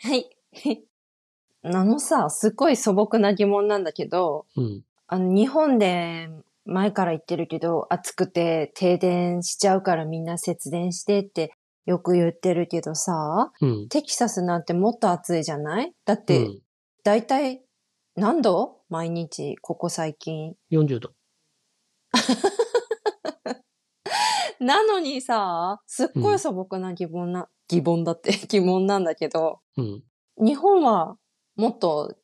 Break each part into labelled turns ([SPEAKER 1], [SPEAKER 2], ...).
[SPEAKER 1] はい。 あのさ、すごい素朴な疑問なんだけど、
[SPEAKER 2] うん。
[SPEAKER 1] あの、日本で前から言ってるけど、暑くて停電しちゃうからみんな節電してってよく言ってるけどさ、
[SPEAKER 2] うん。
[SPEAKER 1] テキサスなんてもっと暑いじゃないだっ
[SPEAKER 2] う
[SPEAKER 1] て、
[SPEAKER 2] ん、
[SPEAKER 1] だいたい何度毎日、ここ最近。
[SPEAKER 2] 40度。
[SPEAKER 1] なのにさ、すっごい素朴な疑問な、疑問だって、疑問なんだけど、
[SPEAKER 2] うん。
[SPEAKER 1] 日本はもっと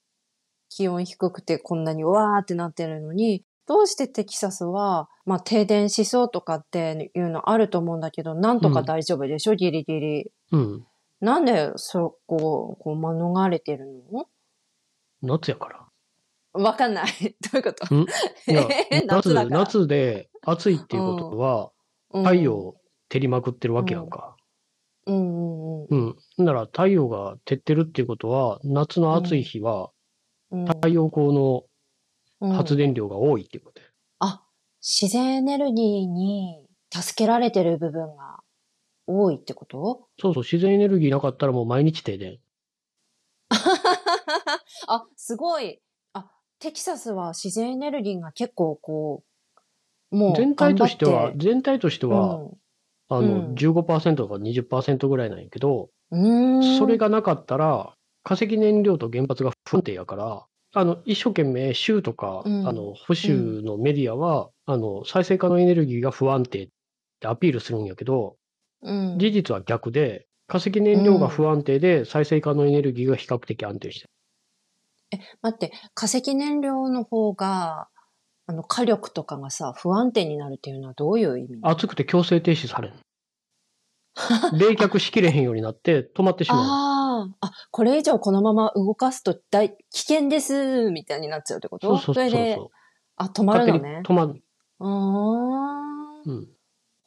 [SPEAKER 1] 気温低くてこんなにわーってなってるのに、どうしてテキサスは、まあ、停電しそうとかっていうのあると思うんだけど、なんとか大丈夫でしょ、ギリギリ。
[SPEAKER 2] うん。
[SPEAKER 1] なんでそこをこう免れてる
[SPEAKER 2] 夏や から。
[SPEAKER 1] のわかんない。 どういうこと
[SPEAKER 2] んいや
[SPEAKER 1] え夏
[SPEAKER 2] 夏
[SPEAKER 1] だから
[SPEAKER 2] 夏で暑いっていうことは、
[SPEAKER 1] うん
[SPEAKER 2] 太陽を照りまくってるわけやんか。
[SPEAKER 1] うんうん
[SPEAKER 2] うん。なら太陽が照ってるっていうことは、夏の暑い日は
[SPEAKER 1] うん
[SPEAKER 2] 太陽光の
[SPEAKER 1] うん。
[SPEAKER 2] 発電量が多いっていうことや。
[SPEAKER 1] あ、自然エネルギーに助けられてる部分が多いってこと
[SPEAKER 2] そうそう、自然エネルギーなかったらもう毎日停電。
[SPEAKER 1] あ、すごい。あ、テキサスは自然エネルギーが結構こう、もう
[SPEAKER 2] 全体としては、全体として
[SPEAKER 1] 頑
[SPEAKER 2] は、
[SPEAKER 1] 張って、
[SPEAKER 2] あ
[SPEAKER 1] うん
[SPEAKER 2] の、15%とか20%ぐらいなんやけど、
[SPEAKER 1] うん、うーん
[SPEAKER 2] それ、がなかったら、化石燃料と原発が不安定やから、あの、一生懸命州とか、
[SPEAKER 1] うん
[SPEAKER 2] あの、保守のメディアは、あの、再生可能エネルギーが不安定ってアピールするんやけど、
[SPEAKER 1] うん、
[SPEAKER 2] 事実は逆で、化石燃料が不安定で、再生可能エネルギーが比較的安定して
[SPEAKER 1] 待って、化石燃料の方が、あの火力とかがさ、不安定になるっていうのはどういう意味
[SPEAKER 2] る。暑くて強制停止されん。 冷却しきれへんようになって止まってしまう。
[SPEAKER 1] ああ、あ、これ以上このまま動かすと大危険です、みたいになっちゃうってこと
[SPEAKER 2] そうそうそう
[SPEAKER 1] れで、
[SPEAKER 2] そう。
[SPEAKER 1] あ、止まる
[SPEAKER 2] 勝手
[SPEAKER 1] の
[SPEAKER 2] に
[SPEAKER 1] ね。
[SPEAKER 2] 止まる。
[SPEAKER 1] うーん。
[SPEAKER 2] うん。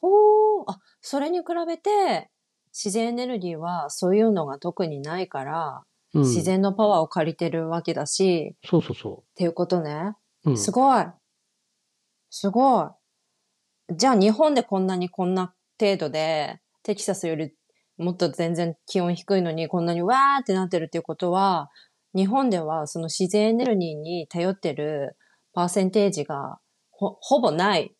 [SPEAKER 1] ほー。あ、それに比べて、自然エネルギーはそういうのが特にないから、
[SPEAKER 2] うん
[SPEAKER 1] 自然のパワーを借りてるわけだし、
[SPEAKER 2] そうそうそ
[SPEAKER 1] っていうことね。
[SPEAKER 2] う。うん、
[SPEAKER 1] すごい。すごい。じゃあ日本でこんなにこんな程度で、テキサスよりもっと全然気温低いのにこんなにわーってなってるっていうことは、日本ではその自然エネルギーに頼ってるパーセンテージがほほぼない、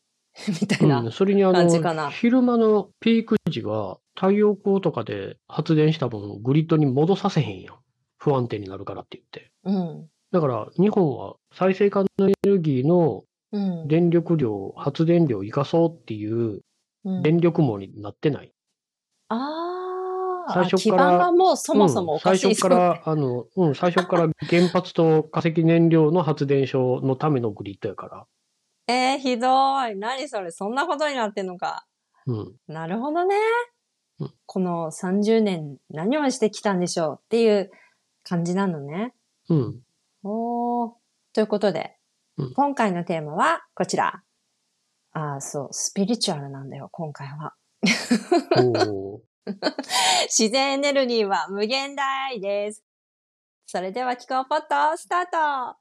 [SPEAKER 1] みたいな。
[SPEAKER 2] うん、それにあ
[SPEAKER 1] 感じかな
[SPEAKER 2] の、昼間のピーク時は、太陽光とかで発電した分、グリッドに戻させへんやん。不安定になるからって言って。
[SPEAKER 1] うん。
[SPEAKER 2] だから、日本は再生可能エネルギーの
[SPEAKER 1] うん。
[SPEAKER 2] 電力量、発電量を生かそうっていう
[SPEAKER 1] うん
[SPEAKER 2] 電力網になってない。
[SPEAKER 1] ああ、
[SPEAKER 2] 最初から
[SPEAKER 1] 基盤がもうそもそもおかしい、
[SPEAKER 2] うん最初から、あの、うん、最初から原発と化石燃料の発電所のためのグリッドやから。
[SPEAKER 1] えー、ひどい。何それ、そんなことになってんのか。
[SPEAKER 2] うん。
[SPEAKER 1] なるほどね
[SPEAKER 2] うん。
[SPEAKER 1] この30年何をしてきたんでしょうっていう感じなのね。
[SPEAKER 2] うん。
[SPEAKER 1] おー。ということで、
[SPEAKER 2] うん
[SPEAKER 1] 今回のテーマはこちら。ああ、そう、スピリチュアルなんだよ、今回は。
[SPEAKER 2] おー
[SPEAKER 1] 自然エネルギーは無限大です。それでは、気候ポット、スタート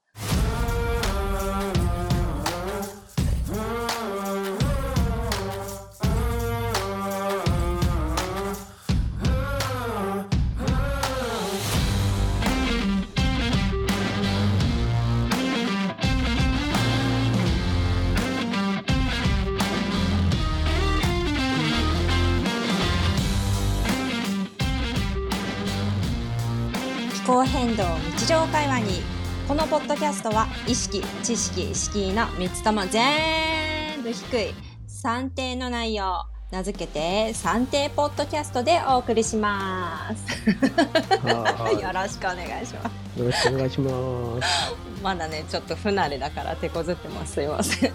[SPEAKER 1] 気候変動日常会話にこのポッドキャストは意識知識敷居の3つとも全部低い算定の内容名付けて算定ポッドキャストでお送りします、
[SPEAKER 2] はい
[SPEAKER 1] よろしくお願いします
[SPEAKER 2] よろしくお願いします。
[SPEAKER 1] まだねちょっと不慣れだから手こずってますすいませ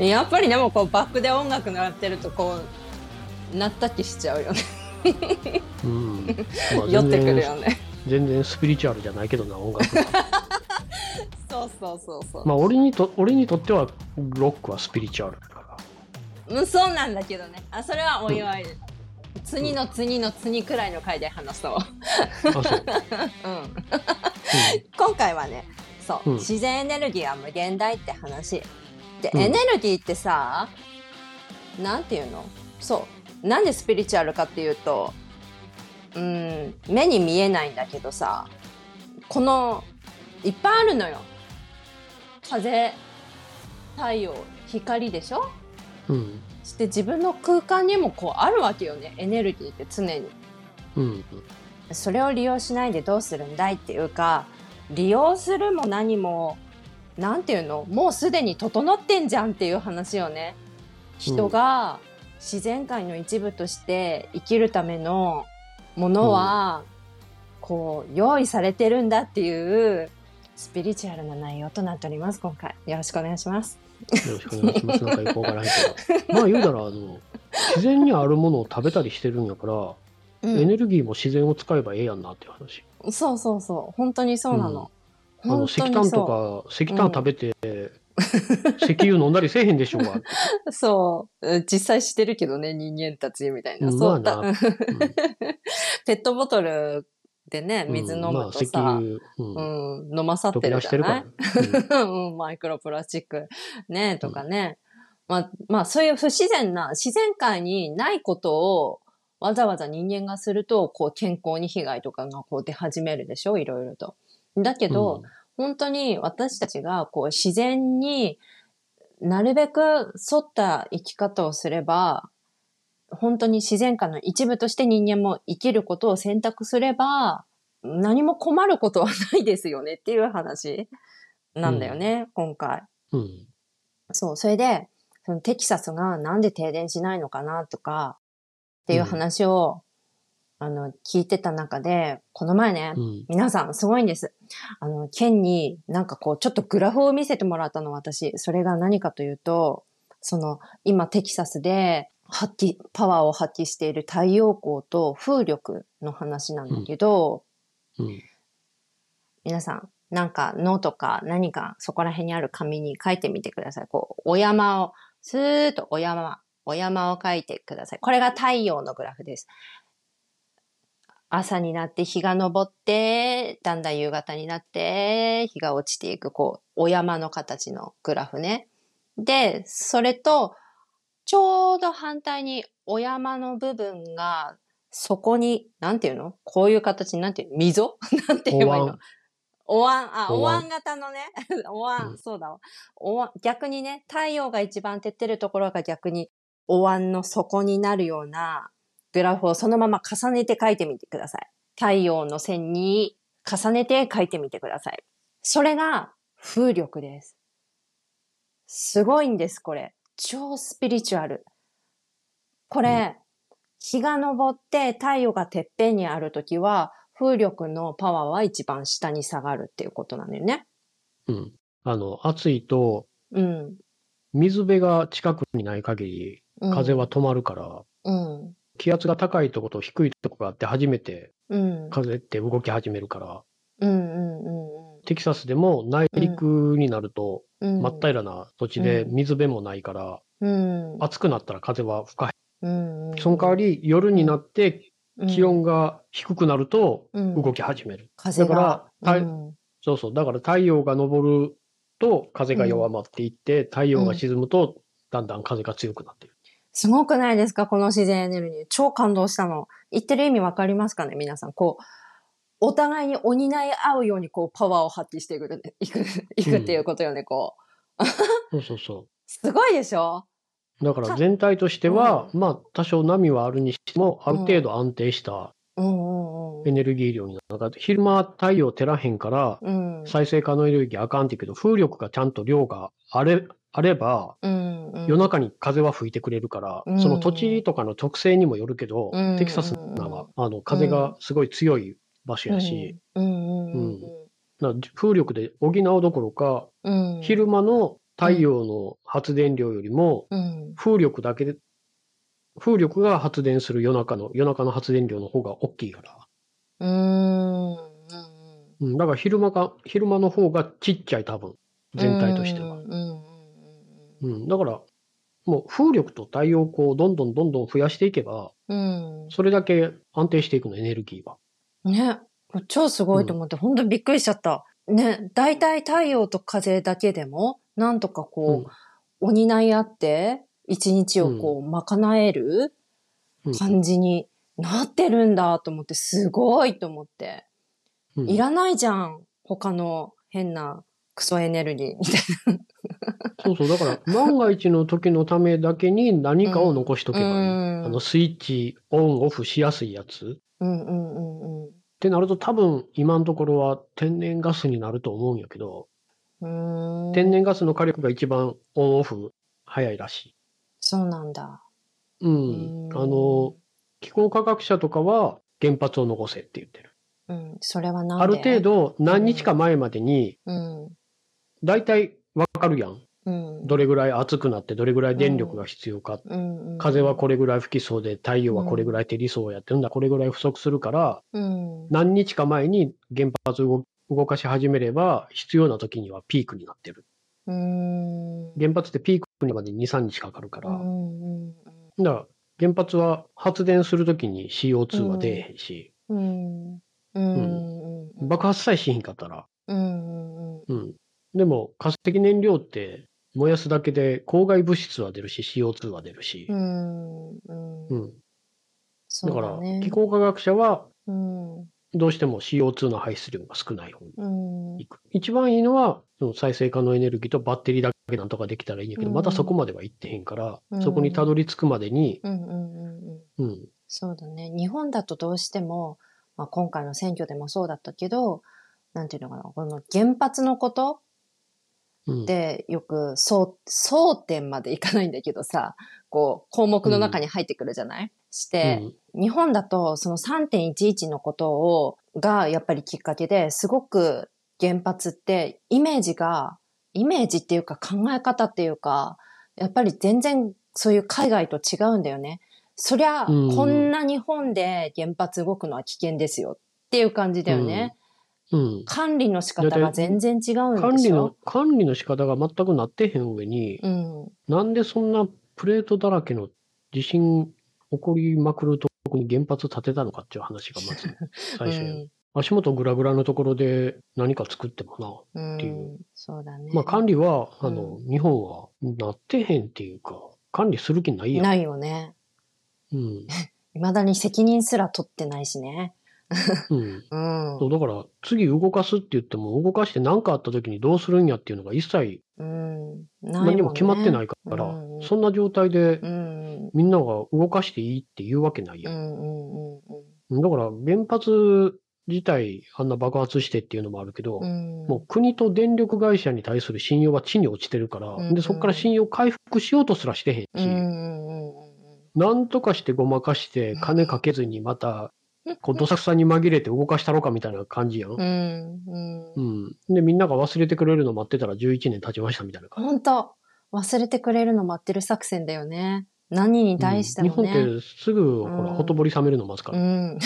[SPEAKER 1] んやっぱりでもこうバックで音楽鳴ってるとこうなった気しちゃうよね
[SPEAKER 2] うん。まあ
[SPEAKER 1] 酔ってくる
[SPEAKER 2] 全
[SPEAKER 1] よ
[SPEAKER 2] 然
[SPEAKER 1] ね
[SPEAKER 2] 全然スピリチュアルじゃないけどな、音楽 は。
[SPEAKER 1] そうそうそうそう
[SPEAKER 2] まあ、俺にと、俺にとっては、ロックはスピリチュアルだから。
[SPEAKER 1] うん、そうなんだけどね。あ、それはお祝い。次の次の次くらいの回で話そう。
[SPEAKER 2] あ、 そ
[SPEAKER 1] うん。
[SPEAKER 2] う。
[SPEAKER 1] 今回はね、そう、
[SPEAKER 2] うん
[SPEAKER 1] 自然エネルギーは無限大って話。で、
[SPEAKER 2] うん
[SPEAKER 1] エネルギーってさ、なんていうのそう。なんでスピリチュアルかっていうと、うん、目に見えないんだけどさ、この、いっぱいあるのよ。風、太陽、光でしょ
[SPEAKER 2] うん。
[SPEAKER 1] そして自分の空間にもこうあるわけよね。エネルギーって常に。
[SPEAKER 2] うん。
[SPEAKER 1] それを利用しないでどうするんだいっていうか、利用するも何も、なんていうのもうすでに整ってんじゃんっていう話よね。人が自然界の一部として生きるためのものは、こう、用意されてるんだっていう、スピリチュアルな内容となっております、今回。よろしくお願いします。
[SPEAKER 2] よろしくお願いします。なんかよくわからへんけ ど。まあ言うたら、あの、自然にあるものを食べたりしてるんやから、
[SPEAKER 1] う
[SPEAKER 2] エ
[SPEAKER 1] ん。
[SPEAKER 2] ネルギーも自然を使えばええやんなっていう話。
[SPEAKER 1] そうそうそう。本当にそうなの。
[SPEAKER 2] あの、
[SPEAKER 1] 本
[SPEAKER 2] 石
[SPEAKER 1] 当に
[SPEAKER 2] 炭
[SPEAKER 1] そう
[SPEAKER 2] とか、石炭食べて、石油飲んだりせえへんでしょうが。
[SPEAKER 1] そう。うん実際してるけどね、人間たちみたいな。
[SPEAKER 2] うん
[SPEAKER 1] そう
[SPEAKER 2] まあな
[SPEAKER 1] だ。ペットボトルでね、
[SPEAKER 2] うん
[SPEAKER 1] 水飲
[SPEAKER 2] まあ
[SPEAKER 1] むと
[SPEAKER 2] 石
[SPEAKER 1] さ、
[SPEAKER 2] 油、うん
[SPEAKER 1] うん、飲まさっ
[SPEAKER 2] 溶
[SPEAKER 1] て
[SPEAKER 2] け
[SPEAKER 1] る
[SPEAKER 2] 出
[SPEAKER 1] じ
[SPEAKER 2] し
[SPEAKER 1] ゃ
[SPEAKER 2] てるか
[SPEAKER 1] な
[SPEAKER 2] ら
[SPEAKER 1] い。うん、マイクロプラスチック。ねとかね。まあ、まあ、そういう不自然な、自然界にないことを、わざわざ人間がすると、こう、健康に被害とかがこう出始めるでしょいろいろと。だ けど、本当に私たちがこう自然になるべく沿った生き方をすれば、本当に自然界の一部として人間も生きることを選択すれば、何も困ることはないですよねっていう話なんだよね、今回。
[SPEAKER 2] うん。うん
[SPEAKER 1] そう、それで、そのテキサスがなんで停電しないのかなとか、っていう話を、あの、聞いてた中で、この前ね、
[SPEAKER 2] うん。
[SPEAKER 1] 皆さんすごいんです。あの、県になんかこう、ちょっとグラフを見せてもらったの、私。それが何かというと、その、今テキサスで発揮、パワーを発揮している太陽光と風力の話なんだけど、
[SPEAKER 2] うん。
[SPEAKER 1] 皆さん、なんか、のとか何かそこら辺にある紙に書いてみてください。こう、お山を、スーッとお山、お山を書いてください。これが太陽のグラフです。朝になって日が昇って、だんだん夕方になって、日が落ちていく、こう、お山の形のグラフね。で、それと、ちょうど反対にお山の部分が、そこに、なんていうのこういう形になんていう溝 なんて言えばいいのお椀、あ、お
[SPEAKER 2] お椀
[SPEAKER 1] 椀型のね。 お
[SPEAKER 2] う
[SPEAKER 1] 椀、
[SPEAKER 2] ん
[SPEAKER 1] そうだわ。お椀、逆にね、太陽が一番照ってるところが逆にお椀の底になるようなグラフをそのまま重ねて書いてみてください。太陽の線に重ねて書いてみてください。それが風力です。すごいんです、これ。超スピリチュアル。これ、日が昇って太陽がてっぺんにあるときは、風力のパワーは一番下に下がるっていうことなんだよね。
[SPEAKER 2] うん。あの、暑いと、
[SPEAKER 1] うん。
[SPEAKER 2] 水辺が近くにない限り、
[SPEAKER 1] うん
[SPEAKER 2] 風は。止まるから、
[SPEAKER 1] うん。
[SPEAKER 2] 気圧が高いとこと低いとこがあって初めて
[SPEAKER 1] うん。
[SPEAKER 2] 風って動き始めるから、
[SPEAKER 1] うん。うん。うん
[SPEAKER 2] テキサスでも内陸になると、
[SPEAKER 1] うん。
[SPEAKER 2] 真っ平らな土地で
[SPEAKER 1] うん
[SPEAKER 2] 水辺もないから、
[SPEAKER 1] うん。うん。
[SPEAKER 2] 暑くなったら風は深い。
[SPEAKER 1] うん。
[SPEAKER 2] その代わり、夜になって
[SPEAKER 1] り
[SPEAKER 2] 気温が低くなると動
[SPEAKER 1] 動
[SPEAKER 2] き始める。
[SPEAKER 1] 風が。
[SPEAKER 2] だから
[SPEAKER 1] う
[SPEAKER 2] 太
[SPEAKER 1] ん
[SPEAKER 2] そうそう。だから太陽が昇ると風が弱まっていって、太陽が沈むとだんだん風が強くなっている。
[SPEAKER 1] すごくないですかこの自然エネルギー。超感動したの。言ってる意味わかりますかね皆さん。こう、お互いに補い合うように、こう、パワーを発揮していく、いく、いくっていうことよね、こう。
[SPEAKER 2] そうそうそ
[SPEAKER 1] すごいでしょ
[SPEAKER 2] う。だから全体としては、
[SPEAKER 1] う
[SPEAKER 2] まあ多少波はあるにしても、ある程度安定した
[SPEAKER 1] うんうんう
[SPEAKER 2] エ
[SPEAKER 1] ん。
[SPEAKER 2] ネルギー量になる。だから昼間太陽照らへんから、
[SPEAKER 1] うん。
[SPEAKER 2] 再生可能エネルギーあかんって言うけど、風力がちゃんと量があれ、あれば、
[SPEAKER 1] うんうん。
[SPEAKER 2] 夜中に風は吹いてくれるから、
[SPEAKER 1] うん
[SPEAKER 2] その土地とかの特性にもよるけど、
[SPEAKER 1] うん
[SPEAKER 2] テキサスなんかは、あの、風がすごい強い場所やし、
[SPEAKER 1] うんうんうん
[SPEAKER 2] だから風力で補うどころか、
[SPEAKER 1] うん。うん。
[SPEAKER 2] 昼間の太陽の発電量よりも、
[SPEAKER 1] うん。
[SPEAKER 2] 風力だけで、風力が発電する夜中の、夜中の発電量の方が大きいから。
[SPEAKER 1] うーん。うん
[SPEAKER 2] うん、だから昼間か、昼間の方がちっちゃい多分、全体として
[SPEAKER 1] う
[SPEAKER 2] は
[SPEAKER 1] ん。うんうん
[SPEAKER 2] うん、だから、もう風力と太陽光をどんどんどんどん増やしていけば、
[SPEAKER 1] うん。うん
[SPEAKER 2] それだけ安定していくの、エネルギーは。
[SPEAKER 1] ね。これ超すごいと思って、ほんとびっくりしちゃった。ね。大体太陽と風だけでも、なんとかこう、補い合って、一日をこう、賄える
[SPEAKER 2] うん
[SPEAKER 1] 感じになってるんだと思って、すごいと思って。
[SPEAKER 2] うん
[SPEAKER 1] いらないじゃん。他の変なクソエネルギーみたい
[SPEAKER 2] そうそう、だから、万が一の時のためだけに何かを残しとけばいい。
[SPEAKER 1] な。
[SPEAKER 2] あ
[SPEAKER 1] うん
[SPEAKER 2] の、スイッチオンオフしやすいやつ。っ
[SPEAKER 1] うんうんうんうん。
[SPEAKER 2] てなると多分、今のところは天然ガスになると思うんやけど、
[SPEAKER 1] うーん
[SPEAKER 2] 天然ガスの火力が一番オンオフ早いらし
[SPEAKER 1] そうなんだ。
[SPEAKER 2] い。うん。
[SPEAKER 1] うーん
[SPEAKER 2] あの、気候科学者とかは原発を残せって言ってる。
[SPEAKER 1] うん、それはなんで
[SPEAKER 2] ある程。度、何日か前までに、
[SPEAKER 1] うん。
[SPEAKER 2] 大体わかるやん。
[SPEAKER 1] うん。
[SPEAKER 2] どれぐらい暑くなって、どれぐらい電力が必要かって
[SPEAKER 1] うんうん、
[SPEAKER 2] 風はこれぐらい吹きそうで、太陽はこれぐらい照りそうやってんだ、これぐらい不足するから、
[SPEAKER 1] れ、うん、
[SPEAKER 2] 何日か前に原発を動動かし始めれば、必要な時にはピークになってる。
[SPEAKER 1] うーん。
[SPEAKER 2] 原発ってピークにまで2、3日かかるか
[SPEAKER 1] う
[SPEAKER 2] ら、
[SPEAKER 1] んうん
[SPEAKER 2] だから原発は発電する時に CO2 は出えへんし、
[SPEAKER 1] うんうんうんうん
[SPEAKER 2] 爆発さえしへんかったら、
[SPEAKER 1] うんうん
[SPEAKER 2] うん。でも、化石燃料って燃やすだけで公害物質は出るし、CO2 は出るし
[SPEAKER 1] う、んうん
[SPEAKER 2] う
[SPEAKER 1] うん
[SPEAKER 2] ん。
[SPEAKER 1] そ
[SPEAKER 2] だ
[SPEAKER 1] う
[SPEAKER 2] か
[SPEAKER 1] だ
[SPEAKER 2] ら
[SPEAKER 1] ね、
[SPEAKER 2] 気候科学者は
[SPEAKER 1] うん
[SPEAKER 2] どうしても CO2 の排出量が少ない方に
[SPEAKER 1] うん
[SPEAKER 2] いく。一番いいのは、その再生可能エネルギーとバッテリーだけなんとかできたらいいんやけど、
[SPEAKER 1] うん
[SPEAKER 2] まだそこまでは行ってへんから、
[SPEAKER 1] うん
[SPEAKER 2] そこにたどり着くまでに、
[SPEAKER 1] うんうんうんうん
[SPEAKER 2] うん、
[SPEAKER 1] そうだね。日本だとどうしても、まあ、今回の選挙でもそうだったけど、なんていうのかな、この原発のこと
[SPEAKER 2] うん、
[SPEAKER 1] でよく争争点までいかないんだけどさ、こう、項目の中に入ってくるじゃない、して、日本だとその3.11のことを、がやっぱりきっかけですごく原発ってイメージが、イメージっていうか考え方っていうか、やっぱり全然そういう海外と違うんだよね。そりゃ、
[SPEAKER 2] うん
[SPEAKER 1] こんな日本で原発動くのは危険ですよっていう感じだよね。
[SPEAKER 2] うん、
[SPEAKER 1] 管理の仕方が全然違う
[SPEAKER 2] うん
[SPEAKER 1] でしょ
[SPEAKER 2] 管理の、管理の仕方が全くなってへん上に、
[SPEAKER 1] うん。
[SPEAKER 2] なんでそんなプレートだらけの地震起こりまくるとこに原発建てたのかっていう話がまず最 初に、足元グラグラのところで何か作っても
[SPEAKER 1] うん、
[SPEAKER 2] ってい
[SPEAKER 1] うんそうだね。
[SPEAKER 2] な。まあ管理は、あの、
[SPEAKER 1] う
[SPEAKER 2] 日本はなってへんっていうか、管理する気ないやん。
[SPEAKER 1] ないよね。
[SPEAKER 2] うん。
[SPEAKER 1] 未だに責任すら取ってないしね。
[SPEAKER 2] うん。
[SPEAKER 1] うん。
[SPEAKER 2] そうだから次動かすって言っても動かして何かあった時にどうするんやっていうのが一切
[SPEAKER 1] うん。ないもんね、。
[SPEAKER 2] 何も決まってないいから、
[SPEAKER 1] うんうん
[SPEAKER 2] そんな状態で
[SPEAKER 1] うん。
[SPEAKER 2] みんなが動かしていいって言うわけない
[SPEAKER 1] うんう
[SPEAKER 2] やん。
[SPEAKER 1] んうん
[SPEAKER 2] だから原発自体あんな爆発してっていうのもあるけど、
[SPEAKER 1] うん。
[SPEAKER 2] もう国と電力会社に対する信用は地に落ちてるから、
[SPEAKER 1] うんうん
[SPEAKER 2] でそこから信用回復しようとすらしてへんし、
[SPEAKER 1] うんうんうんうん
[SPEAKER 2] なんとかしてごまかして金かけずにまたこうどさくさに紛れて動かしたろかみたいな感じやん
[SPEAKER 1] うん。うん。う。
[SPEAKER 2] うんん。で、みんなが忘れてくれるの待ってたら11年経ちましたみたいな感じ。
[SPEAKER 1] ほんと、忘れてくれるの待ってる作戦だよね。何に対してもね。
[SPEAKER 2] うん日本ってすぐ、ほ
[SPEAKER 1] う
[SPEAKER 2] ら、
[SPEAKER 1] ん
[SPEAKER 2] ほとぼり冷めるの待つから。
[SPEAKER 1] うん。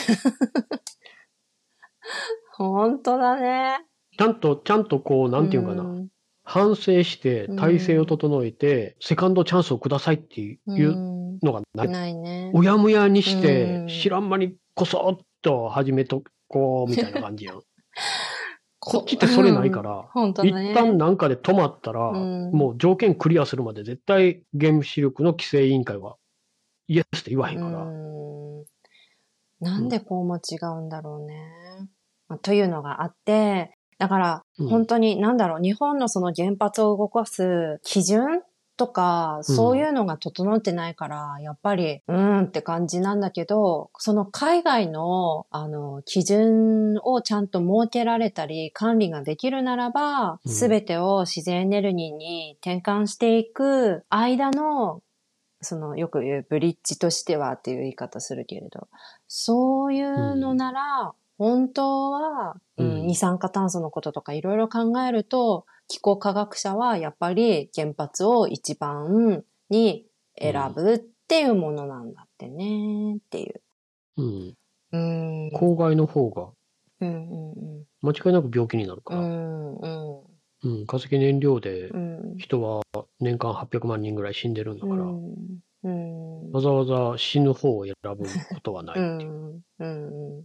[SPEAKER 1] ほん とだね。
[SPEAKER 2] ちゃんと、ちゃんとこう、なんていうかな、
[SPEAKER 1] ん
[SPEAKER 2] 反省して、体制を整えて、セカンドチャンスをくださいっていう
[SPEAKER 1] うん
[SPEAKER 2] のがない。
[SPEAKER 1] ないね。
[SPEAKER 2] うやむやにして、
[SPEAKER 1] うん
[SPEAKER 2] 知らん間にこそっと始めとこう、みたいな感じ やん。こっちってそれないか
[SPEAKER 1] うん。
[SPEAKER 2] ら、
[SPEAKER 1] 本当
[SPEAKER 2] 一
[SPEAKER 1] だね。
[SPEAKER 2] 旦なんかで止まったら、
[SPEAKER 1] うん
[SPEAKER 2] もう条件クリアするまで絶対原子力の規制委員会は、イエスって言わへんから。
[SPEAKER 1] うんなんでこうも違うんだろうね。まあというのがあって、だから
[SPEAKER 2] うん
[SPEAKER 1] 本当になんだろう、日本のその原発を動かす基準とか、
[SPEAKER 2] うん
[SPEAKER 1] そういうのが整ってないから、やっぱり、うーんって感じなんだけど、その海外の、あの、基準をちゃんと設けられたり、管理ができるならば、
[SPEAKER 2] うん
[SPEAKER 1] すべてを自然エネルギーに転換していく間のそのよく言うブリッジとしてはっていう言い方するけれど、そういうのなら、本当は、うん
[SPEAKER 2] うん
[SPEAKER 1] 二酸化炭素のこととかいろいろ考えると、気候科学者はやっぱり原発を一番に選ぶっていうものなんだってね、っていう。
[SPEAKER 2] うん。
[SPEAKER 1] うん。
[SPEAKER 2] 公害の方が
[SPEAKER 1] うんうん
[SPEAKER 2] 間違いなく病気になるか
[SPEAKER 1] う
[SPEAKER 2] ら、うん
[SPEAKER 1] ん。うんうん。
[SPEAKER 2] 化石燃料で
[SPEAKER 1] うん。
[SPEAKER 2] 人は年間800万人ぐらい死んでるんだから、
[SPEAKER 1] うん。うん
[SPEAKER 2] わざわざ死ぬ方を選ぶことはない。
[SPEAKER 1] うんうんうん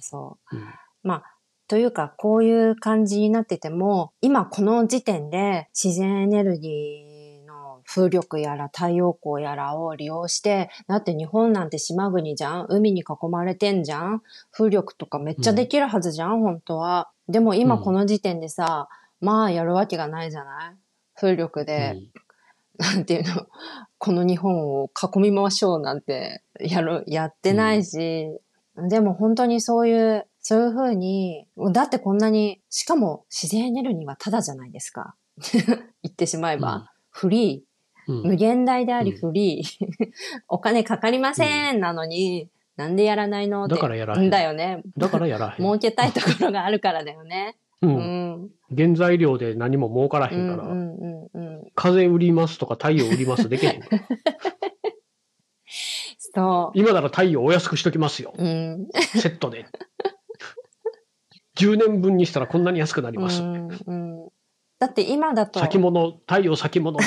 [SPEAKER 1] そう。
[SPEAKER 2] うん
[SPEAKER 1] というか、こういう感じになってても、今この時点で自然エネルギーの風力やら太陽光やらを利用して、だって日本なんて島国じゃん海に囲まれてんじゃん風力とかめっちゃできるはずじゃん、本当は。でも今
[SPEAKER 2] うん
[SPEAKER 1] この時点でさ、まあやるわけがないじゃない風力で、なんていうの、 この日本を囲みましょうなんてやる、やってないし、でも本当にそういう、そういうふうに、だってこんなに、しかも自然エネルギーはただじゃないですか。 言ってしまえば、
[SPEAKER 2] うん
[SPEAKER 1] フリ
[SPEAKER 2] うん
[SPEAKER 1] ー、無限大であり
[SPEAKER 2] うん
[SPEAKER 1] フリー、 お金かかりませんなのに、なんでやらないのって。
[SPEAKER 2] だからやらへん
[SPEAKER 1] だよね。
[SPEAKER 2] だからやらへん。
[SPEAKER 1] 儲けたいところがあるからだよね。
[SPEAKER 2] う、
[SPEAKER 1] うんん。
[SPEAKER 2] 原材料で何も儲から
[SPEAKER 1] う
[SPEAKER 2] へん
[SPEAKER 1] ん。う
[SPEAKER 2] から、
[SPEAKER 1] ん。うん。うん。
[SPEAKER 2] 風売りますとか太陽売りますできへん から。
[SPEAKER 1] そ
[SPEAKER 2] 今なら太陽お安くしときま すよ。
[SPEAKER 1] う。うん。
[SPEAKER 2] セットで。10年分にしたらこんなに安くなります。
[SPEAKER 1] うんうん、だって今だと、
[SPEAKER 2] 先物、太陽 先物の。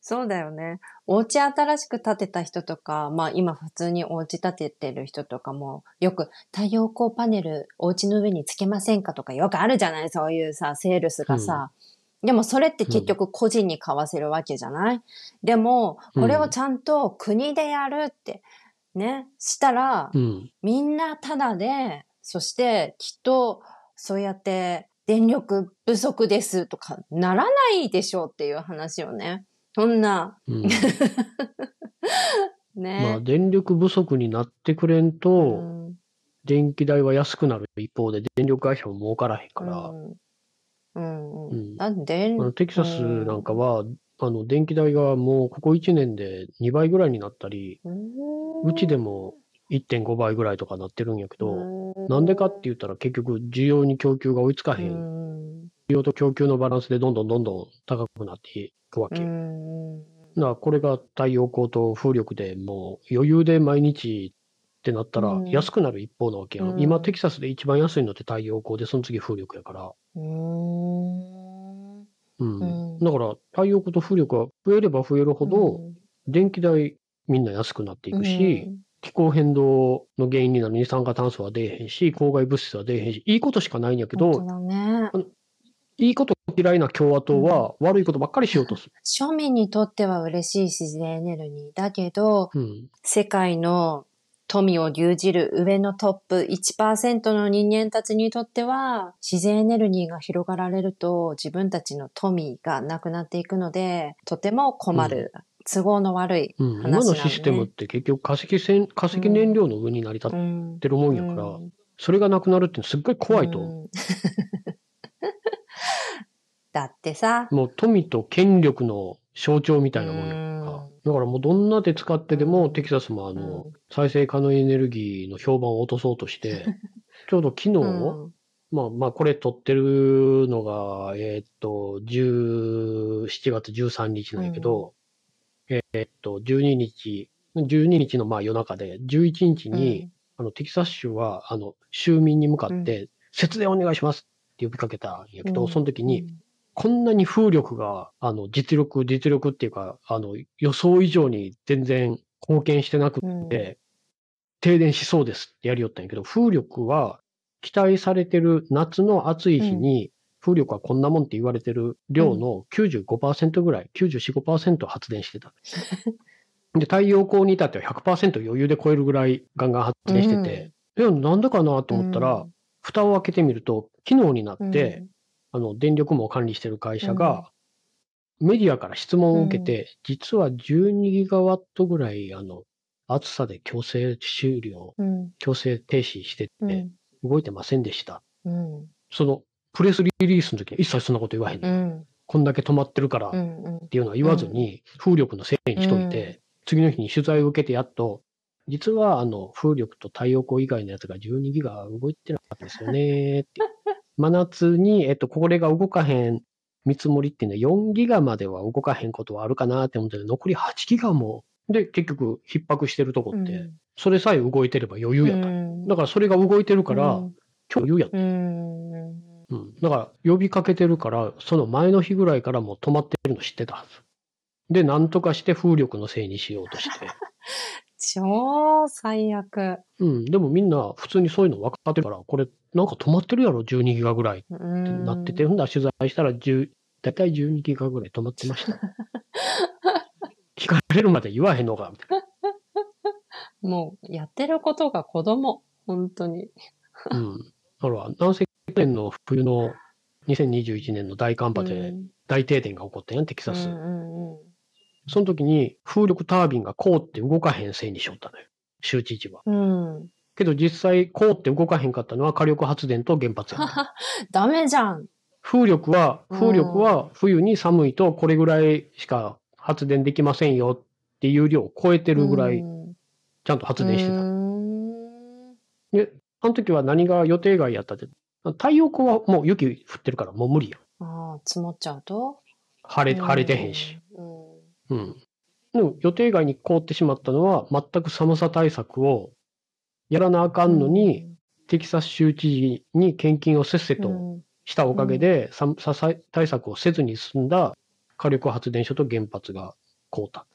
[SPEAKER 1] そうだよね。お家新しく建てた人とか、まあ今普通にお家建ててる人とかも、よく太陽光パネルお家の上につけませんかとかよくあるじゃないそういうさ、セールスがさ。でもそれって結局個人に買わせるわけじゃない、でも、これをちゃんと国でやるって、ね、したら、
[SPEAKER 2] うん。
[SPEAKER 1] みんなタダで、そしてきっとそうやって電力不足ですとかならないでしょうっていう話よね。そんな、
[SPEAKER 2] うん、まあ、
[SPEAKER 1] ね。
[SPEAKER 2] 電力不足になってくれんと、
[SPEAKER 1] うん
[SPEAKER 2] 電気代は安くなる一方で、電力会社も儲からへんから、
[SPEAKER 1] うん。う。
[SPEAKER 2] うんん
[SPEAKER 1] だって電
[SPEAKER 2] あのテキサスなんかは、あの電気代がもうここ1年で2倍ぐらいになったり、
[SPEAKER 1] う
[SPEAKER 2] うちで
[SPEAKER 1] も
[SPEAKER 2] も1.5倍ぐらいとかなってるんやけど、なんでかって言ったら結局需要に供給が追いつかへん。
[SPEAKER 1] うん。
[SPEAKER 2] 需要と供給のバランスでどんどんどんどん高くなっていくわ
[SPEAKER 1] う
[SPEAKER 2] け。だか
[SPEAKER 1] ん。
[SPEAKER 2] らこれが太陽光と風力でもう余裕で毎日ってなったら
[SPEAKER 1] うん
[SPEAKER 2] 安くなる一方なわけやん。
[SPEAKER 1] うん
[SPEAKER 2] 今テキサスで一番安いのって太陽光で、その次風力やから。
[SPEAKER 1] うん。
[SPEAKER 2] うん。
[SPEAKER 1] うん
[SPEAKER 2] だから太陽光と風力は増えれば増えるほど電気代みんな安くなっていくし、気候変動の原因になる二酸化炭素は出えへんし、公害物質は出えへんし、いいことしかないんやけ
[SPEAKER 1] け
[SPEAKER 2] ど、
[SPEAKER 1] だね。
[SPEAKER 2] いいこと嫌いな共和党は悪いことばっかりしようとす
[SPEAKER 1] 庶民にとっては嬉しい自然エネルギーだけど、
[SPEAKER 2] る。うん。
[SPEAKER 1] 世界の富を牛耳る上のトップ1%の人間たちにとっては、自然エネルギーが広がられると自分たちの富がなくなっていくので、とても困る。都合の悪い。
[SPEAKER 2] う
[SPEAKER 1] 話
[SPEAKER 2] ん、
[SPEAKER 1] な
[SPEAKER 2] 今
[SPEAKER 1] のね
[SPEAKER 2] のシステムって結局化石せん化石燃料の上に成り立っ
[SPEAKER 1] ん。
[SPEAKER 2] てるもんやから、
[SPEAKER 1] うん
[SPEAKER 2] それがなくなるってすっごい怖いと
[SPEAKER 1] う
[SPEAKER 2] 思
[SPEAKER 1] んだってさ
[SPEAKER 2] う。、もう富と権力の象徴みたいなもんやから。だからもうどんな手使ってでも、
[SPEAKER 1] うん
[SPEAKER 2] テキサスもあの、
[SPEAKER 1] う
[SPEAKER 2] 再生可能エネルギーの評判を落とそうと して、ちょうど昨日、
[SPEAKER 1] うん
[SPEAKER 2] まあまあこれ撮ってるのが、えーっと、17月13日なんやけど、えーっと、12日、12日のまあ夜中で、11日に、あのテキサス州は、あの、州民に向かって、節電お願いしますって呼びかけたんやけど、その時に、、こんなに風力が、あの、実力、実力っていうか、あの、予想以上に全然貢献してなく
[SPEAKER 1] うんうん
[SPEAKER 2] て、停電しそうですってやりよったんやけど、風力は期待されてる夏の暑い日に、風力はこんなもんって言われてる量の95%ぐらい、94、5%発電してた。で、太陽光に至っては100%余裕で超えるぐらいガンガン発電してて、え、なんでかなと思ったら、
[SPEAKER 1] うん
[SPEAKER 2] 蓋を開けてみると、昨日にな
[SPEAKER 1] う
[SPEAKER 2] っ
[SPEAKER 1] ん
[SPEAKER 2] て、あの、電力網を管理してる会社が、メディアから質問を受けて、実は12ギガワットぐらい、あの、暑さで強制終了、
[SPEAKER 1] うん
[SPEAKER 2] 強制停止してて、
[SPEAKER 1] うん
[SPEAKER 2] 動いてませんでした。
[SPEAKER 1] うん
[SPEAKER 2] その、プレスリリースの時に一切そんなこと言わへん
[SPEAKER 1] う
[SPEAKER 2] の、
[SPEAKER 1] ん
[SPEAKER 2] こんだけ止まってるからっ
[SPEAKER 1] うんうん
[SPEAKER 2] ていうのは言わずに、風力のせいにしといて、次の日に取材を受けてやっと、実はあの、風力と太陽光以外のやつが12ギガ動いてなかったですよねーって。 真夏に、えっと、これが動かへん見積もりっていうのは4ギガまでは動かへんことはあるかなって思ってる残り8ギガも。で、結局、逼迫してるとこ
[SPEAKER 1] うん
[SPEAKER 2] って、それさえ動いてれば余裕やった。
[SPEAKER 1] うん
[SPEAKER 2] だからそれが動いてるから、
[SPEAKER 1] うん
[SPEAKER 2] 今日余裕やった。
[SPEAKER 1] うん
[SPEAKER 2] うん。だから、呼びかけてるから、その前の日ぐらいからもう止まってるの知ってたはず。で、なんとかして風力のせいにしようと して。
[SPEAKER 1] 超最悪。
[SPEAKER 2] うん。でもみんな、普通にそういうの分かってるから、これ、なんか止まってるやろ、12ギガぐらいってな
[SPEAKER 1] な
[SPEAKER 2] ってて、。ほんだら取材したら10、だいたい12ギガぐらい止まってました。聞かれるまで言わへんのか、みたいな。
[SPEAKER 1] もう、やってることが子供。本当に。
[SPEAKER 2] うん。だから、南西去年の冬の2021年の大寒波
[SPEAKER 1] う
[SPEAKER 2] で
[SPEAKER 1] ん
[SPEAKER 2] 大停電が起こったやん、テキサス。
[SPEAKER 1] うんうんうん。
[SPEAKER 2] その時に風力タービンが凍って動かへんせいにしよったのよ。周知市場。
[SPEAKER 1] うん。
[SPEAKER 2] けど実際凍って動かへんかったのは火力発電と原発やねん
[SPEAKER 1] ダメじゃん。
[SPEAKER 2] 風力は、
[SPEAKER 1] うん
[SPEAKER 2] 風力は冬に寒いとこれぐらいしか発電できませんよっていう量を超えてるぐらい
[SPEAKER 1] うん
[SPEAKER 2] ちゃんと発電してた。
[SPEAKER 1] うーん
[SPEAKER 2] で、あの時は何が予定外やったって、太陽光はもう雪降ってるからもう無理やん。
[SPEAKER 1] ああ、積もっちゃうと
[SPEAKER 2] 晴れ、晴れてへんし。。
[SPEAKER 1] うんうん
[SPEAKER 2] うん。でも予定外に凍ってしまったのは全く寒さ対策をやらなあかんのに、、テキサス州知事に献金をせっせ
[SPEAKER 1] う
[SPEAKER 2] と
[SPEAKER 1] ん
[SPEAKER 2] したおかげで、寒ささ対策をせずに済んだ火力発電所と原発が凍った。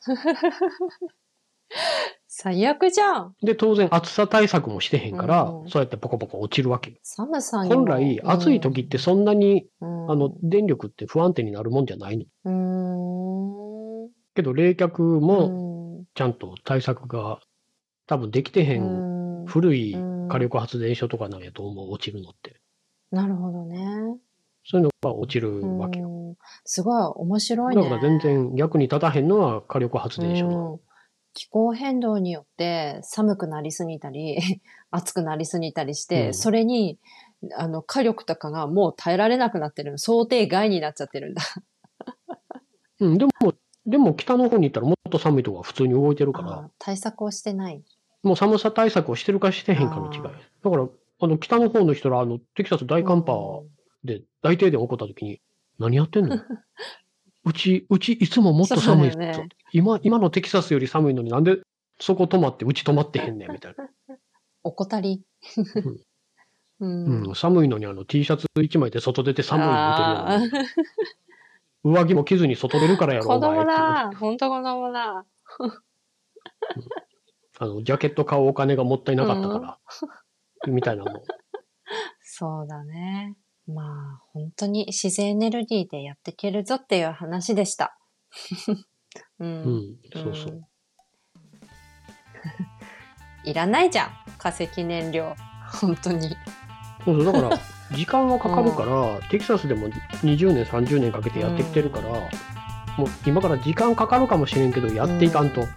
[SPEAKER 1] 最悪じゃん。
[SPEAKER 2] で、当然暑さ対策もしてへんから、
[SPEAKER 1] うんうん
[SPEAKER 2] そうやってポコポコ落ちるわけ。
[SPEAKER 1] 寒さにも
[SPEAKER 2] 本来暑い時って、そんなに、
[SPEAKER 1] うん
[SPEAKER 2] あの、電力って不安定になるもんじゃないの。
[SPEAKER 1] うん。う
[SPEAKER 2] けど冷却
[SPEAKER 1] ー
[SPEAKER 2] も
[SPEAKER 1] ん。
[SPEAKER 2] ちゃんと対策が多分できてへ
[SPEAKER 1] うんん。
[SPEAKER 2] 古い
[SPEAKER 1] うん
[SPEAKER 2] 火力発電所とかなんやと思う、落ちるのって。
[SPEAKER 1] なるほどね。
[SPEAKER 2] そういうのが落ちるわけよ。
[SPEAKER 1] うんすごい面白い
[SPEAKER 2] だ
[SPEAKER 1] ね。
[SPEAKER 2] から全然役に立たへんのは火力発電所なの。
[SPEAKER 1] うん気候変動によって寒くなりすぎたり、 暑くなりすぎたりして、
[SPEAKER 2] うん
[SPEAKER 1] それに、あの、火力とかがもう耐えられなくなってるの。想定外になっちゃってるんだ。
[SPEAKER 2] うん、でも、でも北の方に行ったらもっと寒いとこが普通に動いてるから、
[SPEAKER 1] あー対策をしてない。
[SPEAKER 2] もう寒さ対策をしてるかしてへんかの違い。
[SPEAKER 1] あー
[SPEAKER 2] だから、あの、北の方の人ら、あの、テキサス大寒波で大停電起こった時に、何やって んのうち、うちいつももっと寒いぞ、
[SPEAKER 1] そうだよね
[SPEAKER 2] 今、今のテキサスより寒いのになんでそこ止まって、うち止まってへんねん、みたいな。
[SPEAKER 1] 怠り。 うん
[SPEAKER 2] うん、寒いのにあの T シャツ一枚で外出て寒いの見てるのに上着も着ずに外出るからや
[SPEAKER 1] あー
[SPEAKER 2] ろ、
[SPEAKER 1] 子
[SPEAKER 2] お前
[SPEAKER 1] 供
[SPEAKER 2] っていう
[SPEAKER 1] だ。本当子供だ。
[SPEAKER 2] あの、ジャケット買うお金がもったいなかったから、みたいなの。
[SPEAKER 1] そうだね。まあ、本当に自然エネルギーでやっていけるぞっていう話でした。 うん
[SPEAKER 2] うん、そうそう。
[SPEAKER 1] いらないじゃん化石燃料本当に
[SPEAKER 2] そうそう、だ から、時間はかかるから、テキサスでも20年、30年かけてやってきてるから、もう今から時間かかるかもしれんけど、やっていかんと。だっ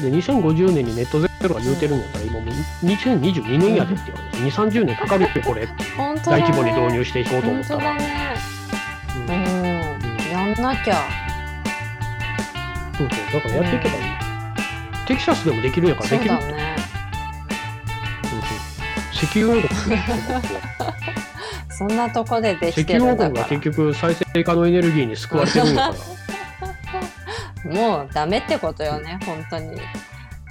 [SPEAKER 2] て2050年にネットゼロが言うてるんやったら、今もう2022年やでって言われて、2、30年かかるってこれ、
[SPEAKER 1] 本当だ、
[SPEAKER 2] 大
[SPEAKER 1] ね、
[SPEAKER 2] 規模に導入していこうと思
[SPEAKER 1] 本
[SPEAKER 2] っ
[SPEAKER 1] 当
[SPEAKER 2] た
[SPEAKER 1] だ
[SPEAKER 2] ら。
[SPEAKER 1] ねう
[SPEAKER 2] うん
[SPEAKER 1] んやんなきゃ
[SPEAKER 2] そうそう、だからやっていけばいい。テキサスでもできるんやから、
[SPEAKER 1] そ
[SPEAKER 2] で
[SPEAKER 1] う
[SPEAKER 2] きる
[SPEAKER 1] だね
[SPEAKER 2] 石油王国だよここ
[SPEAKER 1] そんなとこ でで
[SPEAKER 2] 石
[SPEAKER 1] きて
[SPEAKER 2] 油
[SPEAKER 1] るん
[SPEAKER 2] 王
[SPEAKER 1] だか
[SPEAKER 2] 国が
[SPEAKER 1] ら
[SPEAKER 2] 結局再生可能エネルギーに救われてるんだから
[SPEAKER 1] もうダメってことよね本当に、う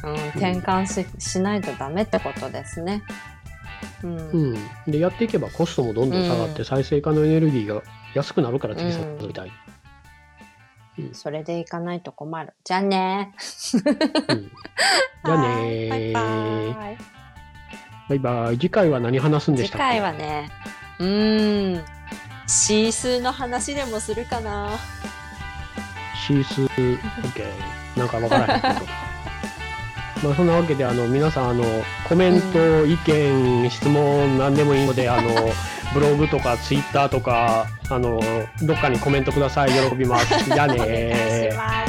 [SPEAKER 1] ん、転換ししないとダメってことですねうん、
[SPEAKER 2] うんでやっていけばコストもどんどん下がっ
[SPEAKER 1] う
[SPEAKER 2] て再生可能エネルギーが安くなるからテキサスみたい、
[SPEAKER 1] それでいかないと困るじゃあね
[SPEAKER 2] うん、じゃあねー
[SPEAKER 1] はいバイバイ
[SPEAKER 2] バイバイ次回は何話すんで
[SPEAKER 1] 次
[SPEAKER 2] したっけ
[SPEAKER 1] 回はねうーんシースーの話でもするかな
[SPEAKER 2] シース OK なんかわからへんけ どまあそんなわけであの皆さんあのコメント、意見質問何でもいいの であのブログとかツイッターとかあのどっかにコメントください喜びますじゃあね
[SPEAKER 1] お願い
[SPEAKER 2] ー
[SPEAKER 1] します